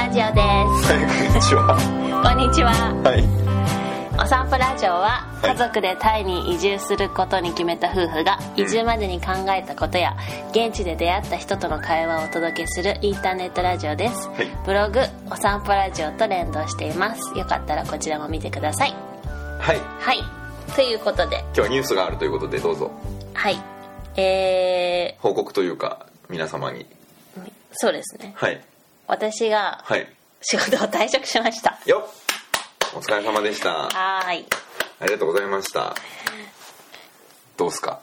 はい、こんにちは。こんにちははい。お散歩ラジオははい家族でタイに移住することに決めた夫婦が移住までに考えたことや現地で出会った人との会話をお届けするインターネットラジオですはいブログ「お散歩ラジオ」と連動していますよかったらこちらも見てくださいはい。はいということで今日はニュースがあるということで、どうぞ。はいえ報告というか、皆様に。ー、そうですねはい。私がはい。仕事を退職しましたよっお疲れ様でした。はあーいりがとうございました。どうっすか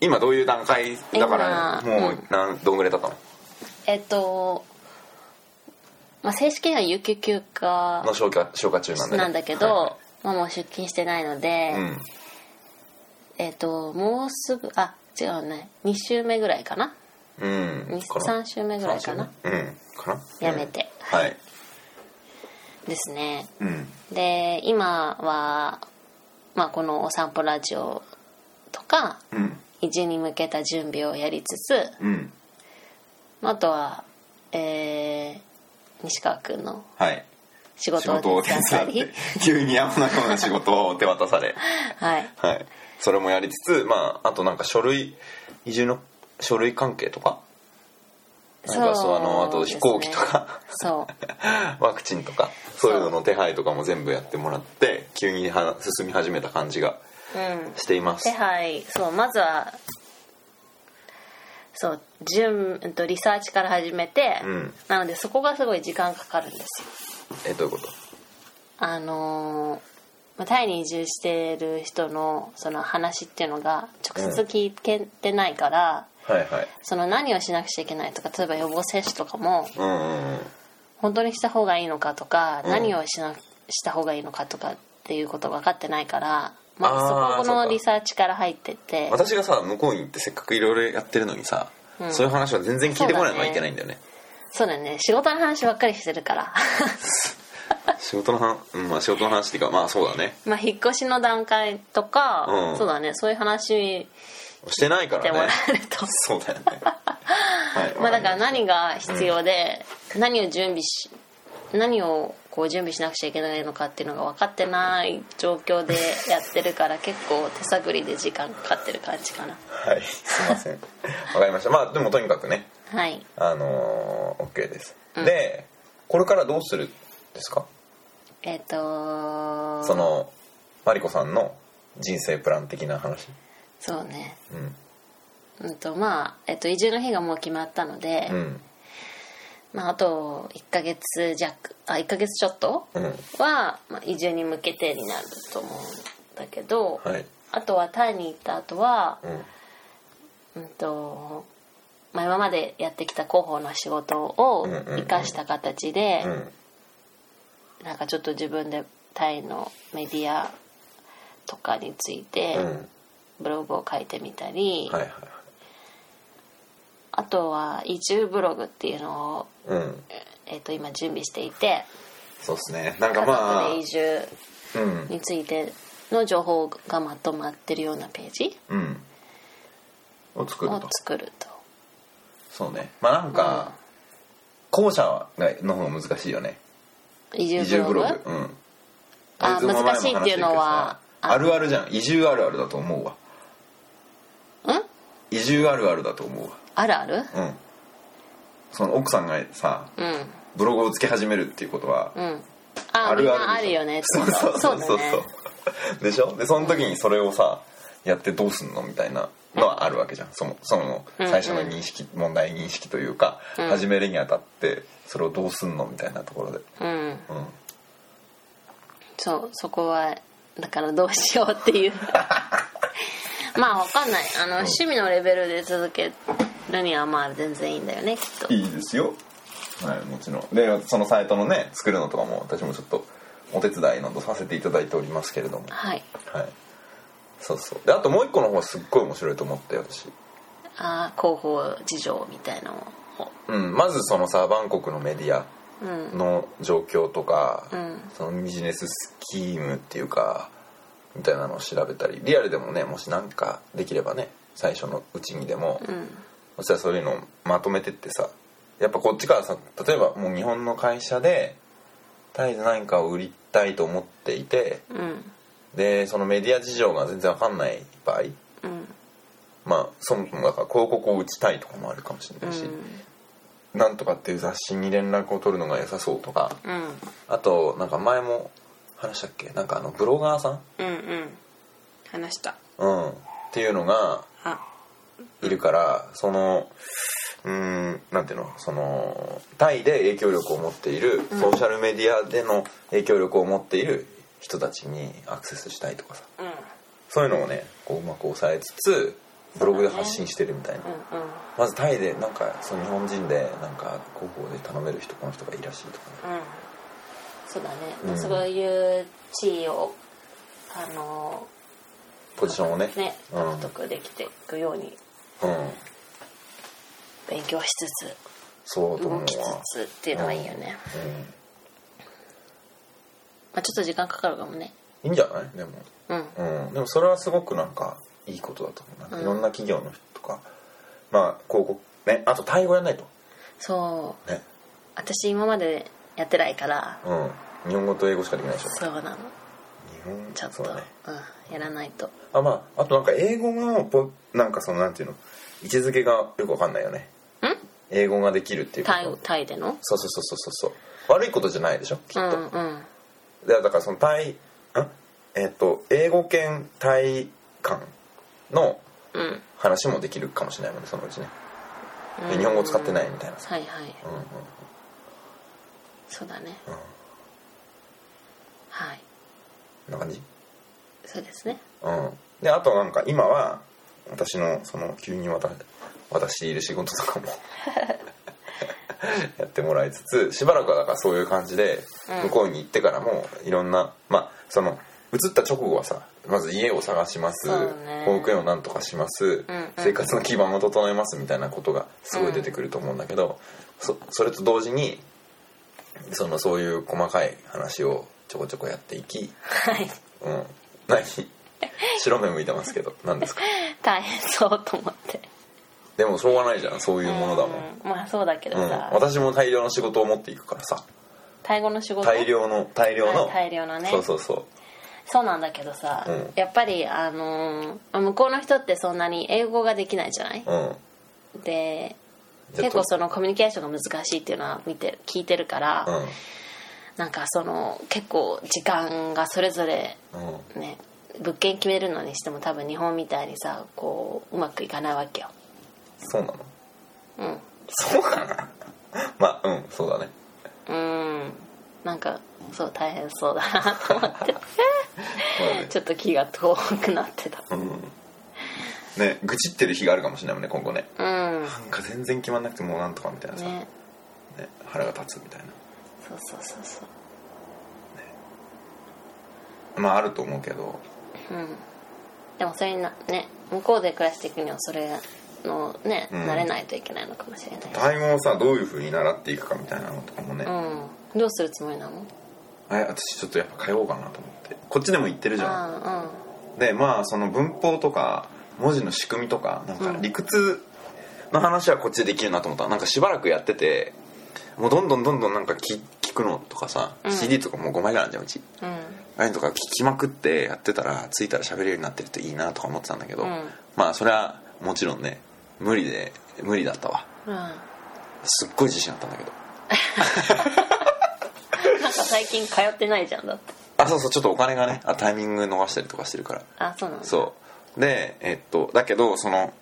今どういう段階だから、今もう、なん、どんぐらい経ったのえっと、まあ、正式には有給休の暇消化、消化中なんだねなんだけど、はまあ、もう出勤してないので、いうん。えっともうすぐあ違うね2週目ぐらいかなうん。かな3週目ぐらいかなうん。かなやめてうんはい。ですねうん。で今は、まあ、この「お散歩ラジオ」とかうん。移住に向けた準備をやりつつうん。まああとは、えー西川君のはい。仕仕事を事を手手伝った伝りって急に山のような仕事を手渡さ れ はいはいそれもやりつつまああとなんか書類移住の書類関係とかなんかそうあのあそうとです飛ね行機とかそうワクチンとかそういうのの手配とかも全部やってもらって急には進み始めた感じがうんしていま手す配そうまずはそう準うんとリサーチから始めて、うんなのでそこがすごい時間かかるんですよえどういうことあのーまあタイに移住してる人のその話っていうのが直接聞けてないから、はいはいその何をしなくちゃいけないとか例えば予防接種とかもうんうんうん本当にした方がいいのかとか、うん何をしなした方がいいのかとかっていうこと分かってないから、まあ、あーそこそうのかリサーチから入ってて私がさ向こうに行ってせっかくいろいろやってるのにさ、うんそういう話は全然聞いてこないのはいけないんだよねそうだよね仕事の話ばっかりしてるから 仕事の話、うん、まあ仕事の話っていうかまあそうだねまあ引っ越しの段階とか、うんそうだねそういう話してないからでねもらえると、そうだよね。はい。まあだから何が必要で、何を準備し何をこう準備しなくちゃいけないのかっていうのが分かってない状況でやってるから結構手探りで時間かかってる感じかなはい。すいません。わかりました。まあでもとにかくね、はいあのー、OK です。うんで、これからどうするんですかえっ、とその、マリコさんの人生プラン的な話。そうねうん。うんとまあ、えっと移住の日がもう決まったので、うん。まあ、あと1ヶ月弱あ1ヶ月ちょっと、うん。は、まあ、移住に向けてになると思うんだけど、はい。あとはタイに行った後は、うん。うんとまあ、今までやってきた広報の仕事をうんうんうん生かした形で、うん。なんかちょっと自分でタイのメディアとかについてうん。ブログを書いてみたり、はいはいはい。あとは移住ブログっていうのを、うん。えっと今準備していてそうですね。なんか家まあ族で、移住うん。についての情報がまとまってるようなページうん。を作るをと。作ると。そうね。まあなんか、後者の方が難しいよね。移移住住ブブロロググうんあいつも前も難しいっていうのは話してるけどさあるあるじゃん移住あるあるだと思うわん移住あるあるだと思うわあるあるうんその奥さんがさうんブログをつけ始めるっていうことは、うんああみんるあるでしょなあるよねってそこうとそうそうそうだねでしょでその時にそれをさやってどうすんのみたいなのはあるわけじゃんそのそのうんうん最初の認識、問題認識というか、うん始めるにあたってそれをどうすんのみたいなところでうんうんそうそこはだからどうしようって いうまあわかんないあの、趣味のレベルで続けるにはまあ全然いいんだよねきっといいですよはいもちろんでそのサイトのね作るのとかも私もちょっとお手伝いなどさせていただいておりますけれどもはいはいそうそうであともう一個の方がすっごい面白いと思って私あー広報事情みたいのをうんまずそのさバンコクのメディアうんの状況とか、うんそのビジネススキームっていうかみたいなのを調べたりリアルでもねもし何かできればね最初のうちにでも、うんそしたらそういうのをまとめてってさやっぱこっちからさ例えばもう日本の会社でタイで何かを売りたいと思っていてうんでそのメディア事情が全然わかんない場合うんまあそもそもだから広告を打ちたいとかもあるかもしれうないし、んなんとかっていう雑誌に連絡を取るのが良さそうとかうんあとなんか前も話したっけなんかあのブロガーさん、うんうん話したうん、っていうのがあいるからそのうーんなんていうのそのタイで影響力を持っているソーシャルメディアでの影響力を持っている人たちにアクセスしたいとかさうんうんそういうのをねこううまく抑えつつブログで発信してるみたいな、うんまずタイでなんかその日本人でなんか広報で頼める人この人がいいらしいとかねうんそうだね、うんそういう地位をあのポジションをねねうん獲得できていくようにうん勉強しつつそうと思動うわきつつっていうのがいいよね、うんまあ、ちょっと時間かかるかもねいいんじゃないでもうんうん、でもそれはすごくなんかいいことだと思うなんかうんいろんな企業の人とか、まあ広告ねあとタイ語やんないとそうね私今までやってないからうん日本語と英語しかできないでしょそうなの日本ちょっとそううんだねやらないとあまああとなんか英語のポなんかそのなんていうの位置づけがよくわかんないよね英語ができるっていうこタイとタイでのそうそうそうそうそう悪いことじゃないでしょきっうと、んうんでだからそのタイんえっ、と英語圏タイ間のうん話もできるかもしれないもんねそのうちねで日本語使ってないみたいなさ、はいはいうんうんそうだねうんはいこんな感じそうですねうんであとなんか今は私のその急に渡渡している仕事とかも やってもらいつつしばらくはだからそういう感じでうん向こうに行ってからもいろんなまあその移った直後はさまず家を探します、そうだね保育園をなんとかします、うんうん生活の基盤を整えますみたいなことがすごい出てくると思うんだけど、そそれと同時にそのそういう細かい話をちょこちょこやっていきはいうん何 白目向いてますけど何ですか大変そうと思ってでもしょうがないじゃんそういうものだもん、うんまあそうだけどうん、さ、私も大量の仕事を持っていくからさタイ語の仕事大量の大量の、はい大量のねそうそうそそうなんだけどさ、うんやっぱりあのー向こうの人ってそんなに英語ができないじゃないううんでじゃあ結構そのコミュニケーションが難しいっていうのは見て聞いてるから、うなんかその結構時間がそれぞれんうんね物件決めるのにしても多分日本みたいにさこううまくいかないわけよそうなのうんそうかなまあうんそうだねうんなんかそう大変そうだなと思ってそうだねちょっと気が遠くなってたうんね愚痴ってる日があるかもしれないもんね今後ねうんなんか全然決まんなくてもうなんとかみたいなさ、ねね腹が立つみたいそうそうそうそうなまああると思うけどうん、でもそれになね向こうで暮らしていくにはそれのね、うん慣れないといけないのかもしれないしタイ語をさどういうふうに習っていくかみたいなのとかもね、うんどうするつもりなのあ私ちょっとやっぱ通おうかなと思ってこっちでも行ってるじゃんあでまあその文法とか文字の仕組みとかなんうかん理屈の話はこっちでできるなと思ったなんかしばらくやっててもうどんどんどんどんなんか聞聞くのとかさ、うん CD とかもう5枚ぐらいあるじゃんうちうんああいうのとか聞きまくってやってたら着いたら喋れるようになってるといいなとか思ってたんだけど、うんまあそれはもちろんね無理で無理だったわうん、うん、なんすっごい自信あったんだけどか最近通ってないじゃんだってあそうそうちょっとお金がねあタイミング逃したりとかしてるからあそうなのそうでえっとだけどその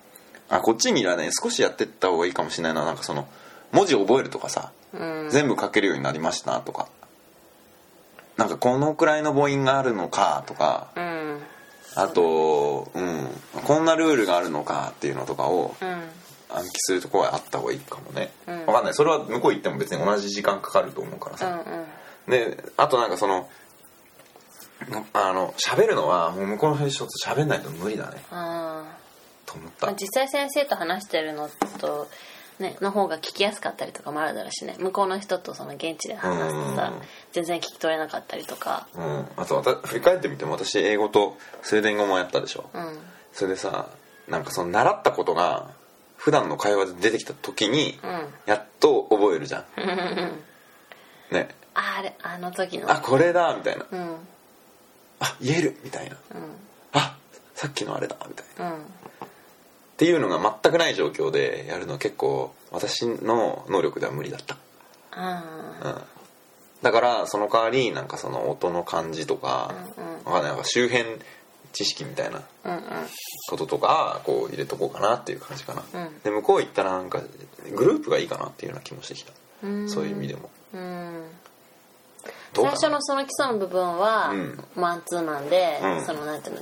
あこっちにはね少しやってった方がいいかもしれないななんかその文字を覚えるとかさ、うん全部書けるようになりましたとかなんかこのくらいの母音があるのかとかうんあとうんこんなルールがあるのかっていうのとかをうん暗記するとこはあった方がいいかもね、うんわかんないそれは向こう行っても別に同じ時間かかると思うからうさ、んうんであとなんかそのあの喋るのはもう向こうの人と喋んないと無理だねあと思っーたまあ実際先生と話してるのとね、の方が聞きやすかったりとかもあるだろうしね向こうの人とその現地で話すとさうん全然聞き取れなかったりとかうん、あとわた振り返ってみても私英語とスウェーデン語もやったでしょうんそれでさなんかその習ったことが普段の会話で出てきた時にうんやっと覚えるじゃんねあれあの時のあこれだみたいなうんうんあ言えるみたいなあさっきのあれだみたいうなっんていうのが全くない状況でやるのは結構私の能力では無理だったあうんだからその代わりなんかその音の感じとか,、うんうんかんないなんか周辺知識みたいなーうんうんこととかこう入れとこうかなっていう感じかな、うんで向こう行ったらなんかグループがいいかなっていうような気もしてきた、うんそういう意味でもうん最どうかな初のその基礎の部分は、うんマンツーマンで、うんそのなんていうの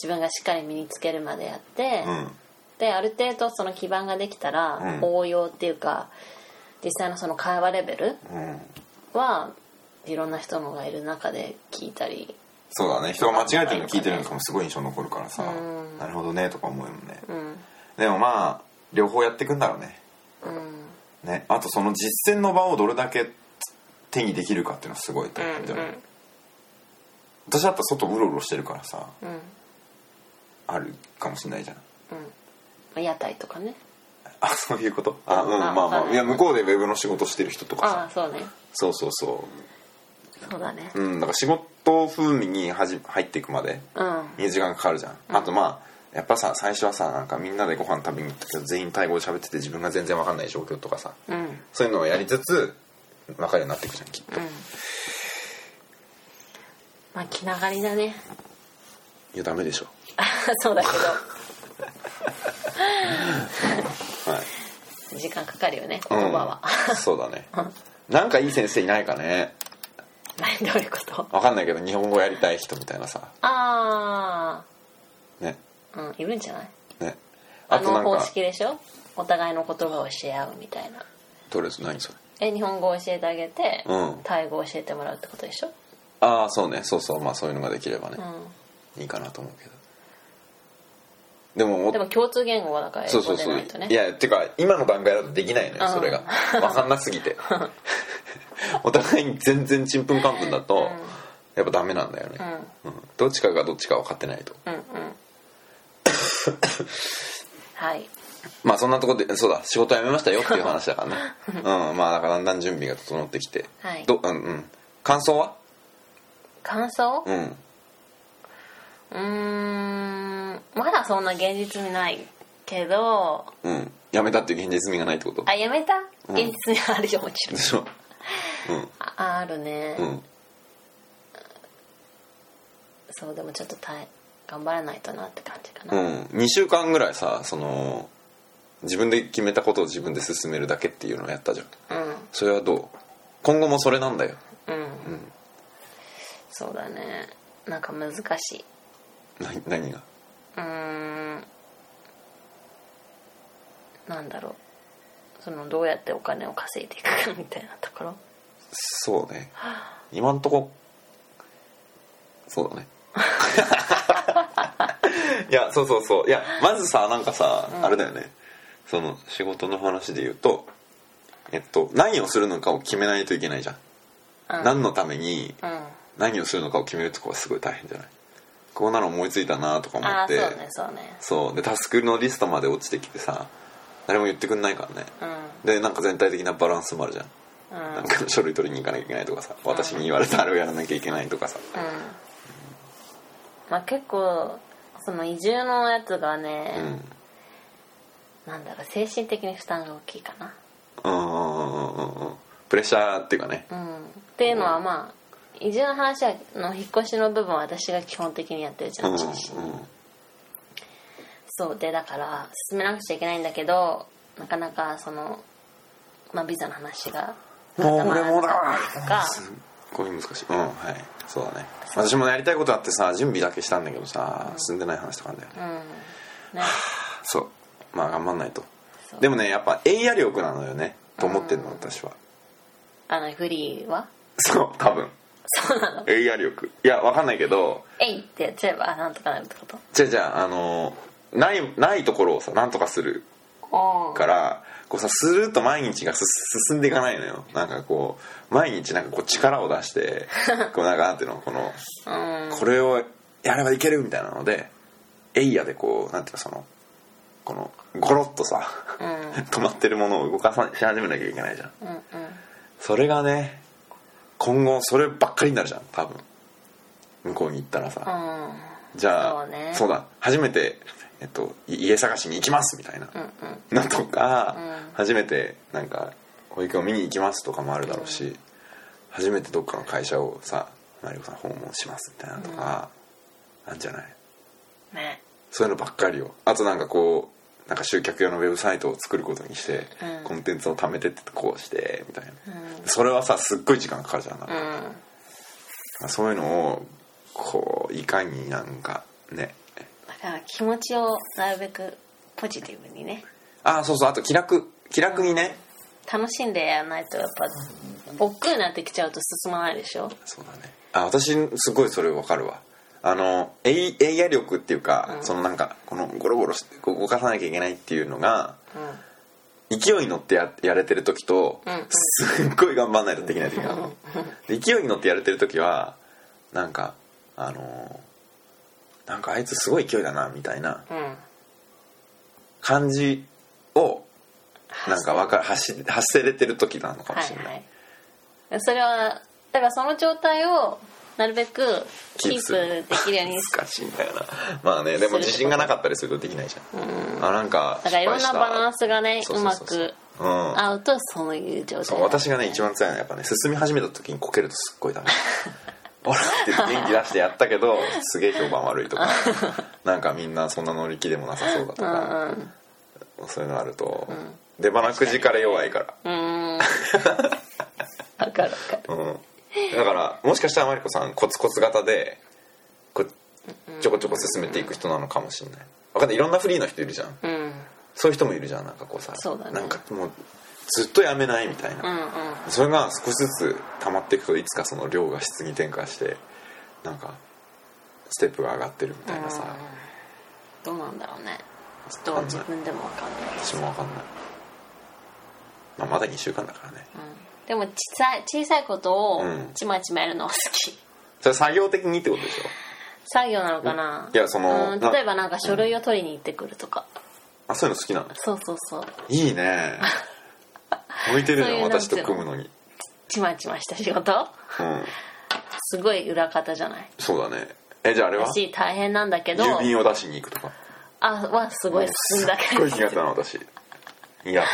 自分がしっかり身につけるまでやって、うんである程度その基盤ができたら、うん応用っていうか実際のその会話レベルうんはいろんな人のがいる中で聞いたりそうだね人が間違えてるの聞いてるのとかもすごい印象残るからさ、うんなるほどねとか思うもんね、うんでもまあ両方やっていくんだろうねうんねあとその実践の場をどれだけ手にできるかっていうのはすごいとう思うんんじゃない、私だったら外うろうろしてるからさうんあるかもしれないじゃんうん屋台とかねあそういうことあうんあまあわかんまなあいいや向こうでウェブの仕事してる人とかああさそうねそうそうそそうだねううんだから仕事風味にはじ入っていくまでうんに時間かかるじゃん、あとまあやっぱさ最初はさなんかみんなでご飯食べに行ったけど全員タイ語で喋ってて自分が全然わかんない状況とかさうんうんそういうのをやりつつ分かるようになっていくじゃんきっとまあ気長にだね いやダメでしょそうだけはいど時間かかるよね言葉は、うん、そうだねなんかいい先生いないかね何どういうことわかんないけど日本語やりたい人みたいなさあねあうんいるんじゃないねああとなのん方か式でしょお互いの言葉を教え合うみたいなとりあえず何それえ日本語を教えてあげて、うんタイ語を教えてもらうってことでしょああそうねそうそうまあそういうのができればねう、いいかなと思うけどでもおんでも共通言語はだから英そうそ語うでそうないとねいやってか今の段階だとできないのようんそれが分かんなす ぎてお互いに全然ちんぷんかんぷんだと、やっぱダメなんだよね、うんどっちかがどっちか分かってないとうんうんうんはいまあそんなとこでそうだ仕事辞めましたよっていう話だ からねうんまあだからだんだん準備が整ってきて、はいどうんうん感想は感想うんうーんまだそんな現実味ないけどうん辞めたっていう現実味がないってことあやめたうん現実味あるよもちろでんしょああるね、うんうんそうでもちょっと大頑張らないとなって感じかうな、ん、2週間ぐらいさその自分で決めたことを自分で進めるだけっていうのをやったじゃんうんそれはどう今後もそれなんだようん、そうだねなんか難しいな何がうーんなんだろうそのどうやってお金を稼いでいくかみたいなところそうね今んとこそう だねいやそうそうそういやまずさなんかさ、あれだよねその仕事の話で言うとえっと何をするのかを決めないといけないじゃん、うん何のためにうん何をするのかを決めるとこはすごい大変じゃないこんなの思いついたなとか思ああっそてうねそうねそうでタスクのリストまで落ちてきてさ誰も言ってくんないからねうでなんか全体的なバランスもあるじゃんんうんなんか書類取りに行かなきゃいけないとかさ私に言われたあれをやらなきゃいけないとかさうんまあ結構その移住のやつがねう、んうんなんだろう精神的に負担が大きいかなうんうんうんうんプレッシャーっていうかねうんっていうのはまあ移住の話はの引っ越しの部分は私が基本的にやってるじうゃ、んうんんそうでだから進めなくちゃいけないんだけどなかなかその、まあ、ビザの話がもう俺も頭だがとかすっごい難しいうんはいそうだね私もやりたいことあってさ準備だけしたんだけどさ進んでない話とかあるんだよねうんねそうまあ頑張んないとそうでもねやっぱ栄養力なのよねと思ってるの私はあのフリーはそう多分そうなの栄養力いやわかんないけどえいってやっちゃえばあなんとかなるってことじゃあじゃああのないないところをさなんとかするおかーらこうさスルッと毎日がす進んでいかないのよなんかこう毎日なんかこう力を出して こうなんかなんていうのこのうんこれをやればいけるみたいなので「えいや」でこうなんていうかそのこのゴロッとさ、 うんうん止まってるものを動かさし始めなきゃいけないじゃんうんそれがね今後そればっかりになるじゃん多分向こうに行ったらさ、うんじゃあそうねだ初めて、えっと、い家探しに行きますみたいな、うんうんのとか、うん初めてなんか保育園を見に行きますとかもあるだろうし、初めてどっかの会社をさマリコさん訪問しますみたいなとか、なんじゃないねそういうのばっかりよあとなんかこうなんか集客用のウェブサイトを作ることにして、うんコンテンツを貯めてってこうしてみたいな、うそれはさすっごい時間かかるじゃんなんうかんそういうのをこういかになんかねだから気持ちをなるべくポジティブにねああそうそうあと気楽気楽にね、楽しんでやらないとやっぱ億劫になってきちゃうと進まないでしょそうだねあ私すごいそれ分かるわあのえい映画力っていうか、うんそのなんかこのゴロゴロしてこう動かさなきゃいけないっていうのがうん勢いに乗ってややれてる時と、うんうんすっごい頑張んないとできない時があるので勢いに乗ってやれてる時はなんかあのーなんかあいつすごい勢いだなみたいなうん感じをはなんかわかる発し発せれてる時なのかもはしいれなはい、いそれはだからその状態をなるべくキキープーするプできるようにす難しいんだよなまあねでも自信がなかったりするとできないじゃん、あなんかだからいろんなバランスがね失う敗ましたそうそうくそうそううん合うとそういう状態そう私がね一番辛いのはやっぱね進み始めた時にこけるとすっごい ダメほらって元気出してやったけどすげえ評判悪い とかなんかみんなそんな乗り気でもなさそうだとうんか、うんそういうのあると、出鼻くじかれ弱いから、うーんわかるわかるうん、だからもしかしたらマリコさんコツコツ型でこうちょこちょこ進めていく人なのかもしれない分かんないいろんなフリーの人いるじゃんうんうんそういう人もいるじゃんなんかこうさそうだねなんかもうずっとやめないみたいな、うんそれが少しずつ溜まっていくといつかその量が質に転化してなんかステップが上がってるみたいなさ、どうなんだろうねちょっと自分でもわかんない私も分かんない、まあ、まだ2週間だからねうんでも小さい小さいことをうんちまちまやるのは好きそれ作業的にってことでしょ作業なのかなうんいやそのうんな例えばなんか書類を取りに行ってくるとかあそういうの好きなのそうそうそういいね向いてる そじうゃんいうの私と組むのにちまちました仕事うんすごい裏方じゃないそうだねえじゃああれは私大変なんだけど郵便を出しに行くとかあはすごい進んだすけっごどい気がったな私いや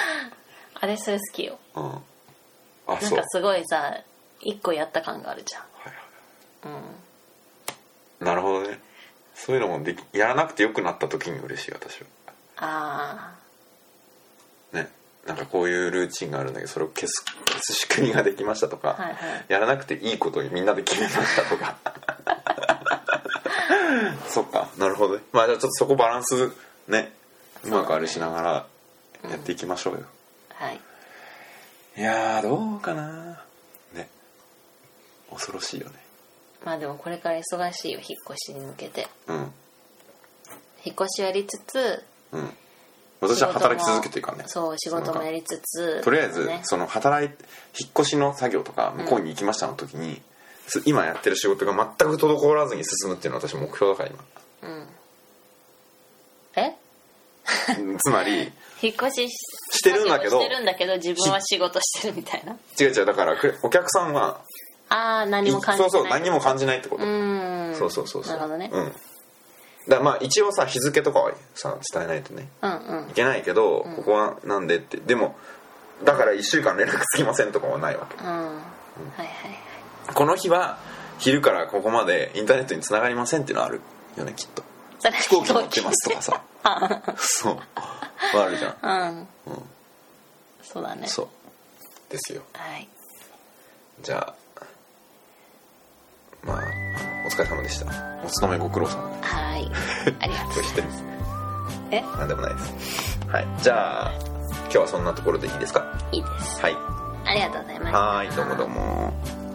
あれそれ好きようんあなんそうかすごいさ一個やった感があるじゃんはいはいうんなるほどねそういうのもできやらなくてよくなった時に嬉しい私はあねなんかこういうルーチンがあるんだけどそれを消す消す仕組みができましたとか、はいはいやらなくていいことにみんなで決めましたとか そっかなるほどねまあじゃあちょっとそこバランスねうまくあれしながらやっていきましょうよ、あはいいやーどうかなね恐ろしいよねまあでもこれから忙しいよ引っ越しに向けてうん引っ越しやりつつうん私は働き続けていかねそう仕事もやりつつとりあえずねその働い引っ越しの作業とか向こうに行きましたの時に、す今やってる仕事が全く滞らずに進むっていうのは私目標だからうんえ 今つまり引っ越しししてるんだけ作業どしてるんだけど自分は仕事してるみたいな違う違うだからくれお客さんはああ何も感じそなういそう何も感じないってこと、うんそうそうそうそなうるほどね、うん、だからまあ一応さ日付とかはさ伝えないとねうん、うんいけないけど、ここはなんでってでもだから1週間連絡つきませんとかはないわけうんはいはいはいこの日は昼からここまでインターネットに繋がりませんっていうのはあるよねきっとそれ飛行機乗ってますと かさそうまああるじゃんうん、そうだねそうですよはいじゃあまあお疲れ様でしたお勤めご苦労様はいありがとう そうしてるえなんでもないですはいじゃあ今日はそんなところでいいですかいいですはいありがとうございましたはーいどうもどうも